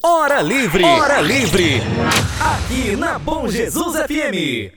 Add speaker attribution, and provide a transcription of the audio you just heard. Speaker 1: Hora Livre. Hora Livre. Aqui na Bom Jesus FM.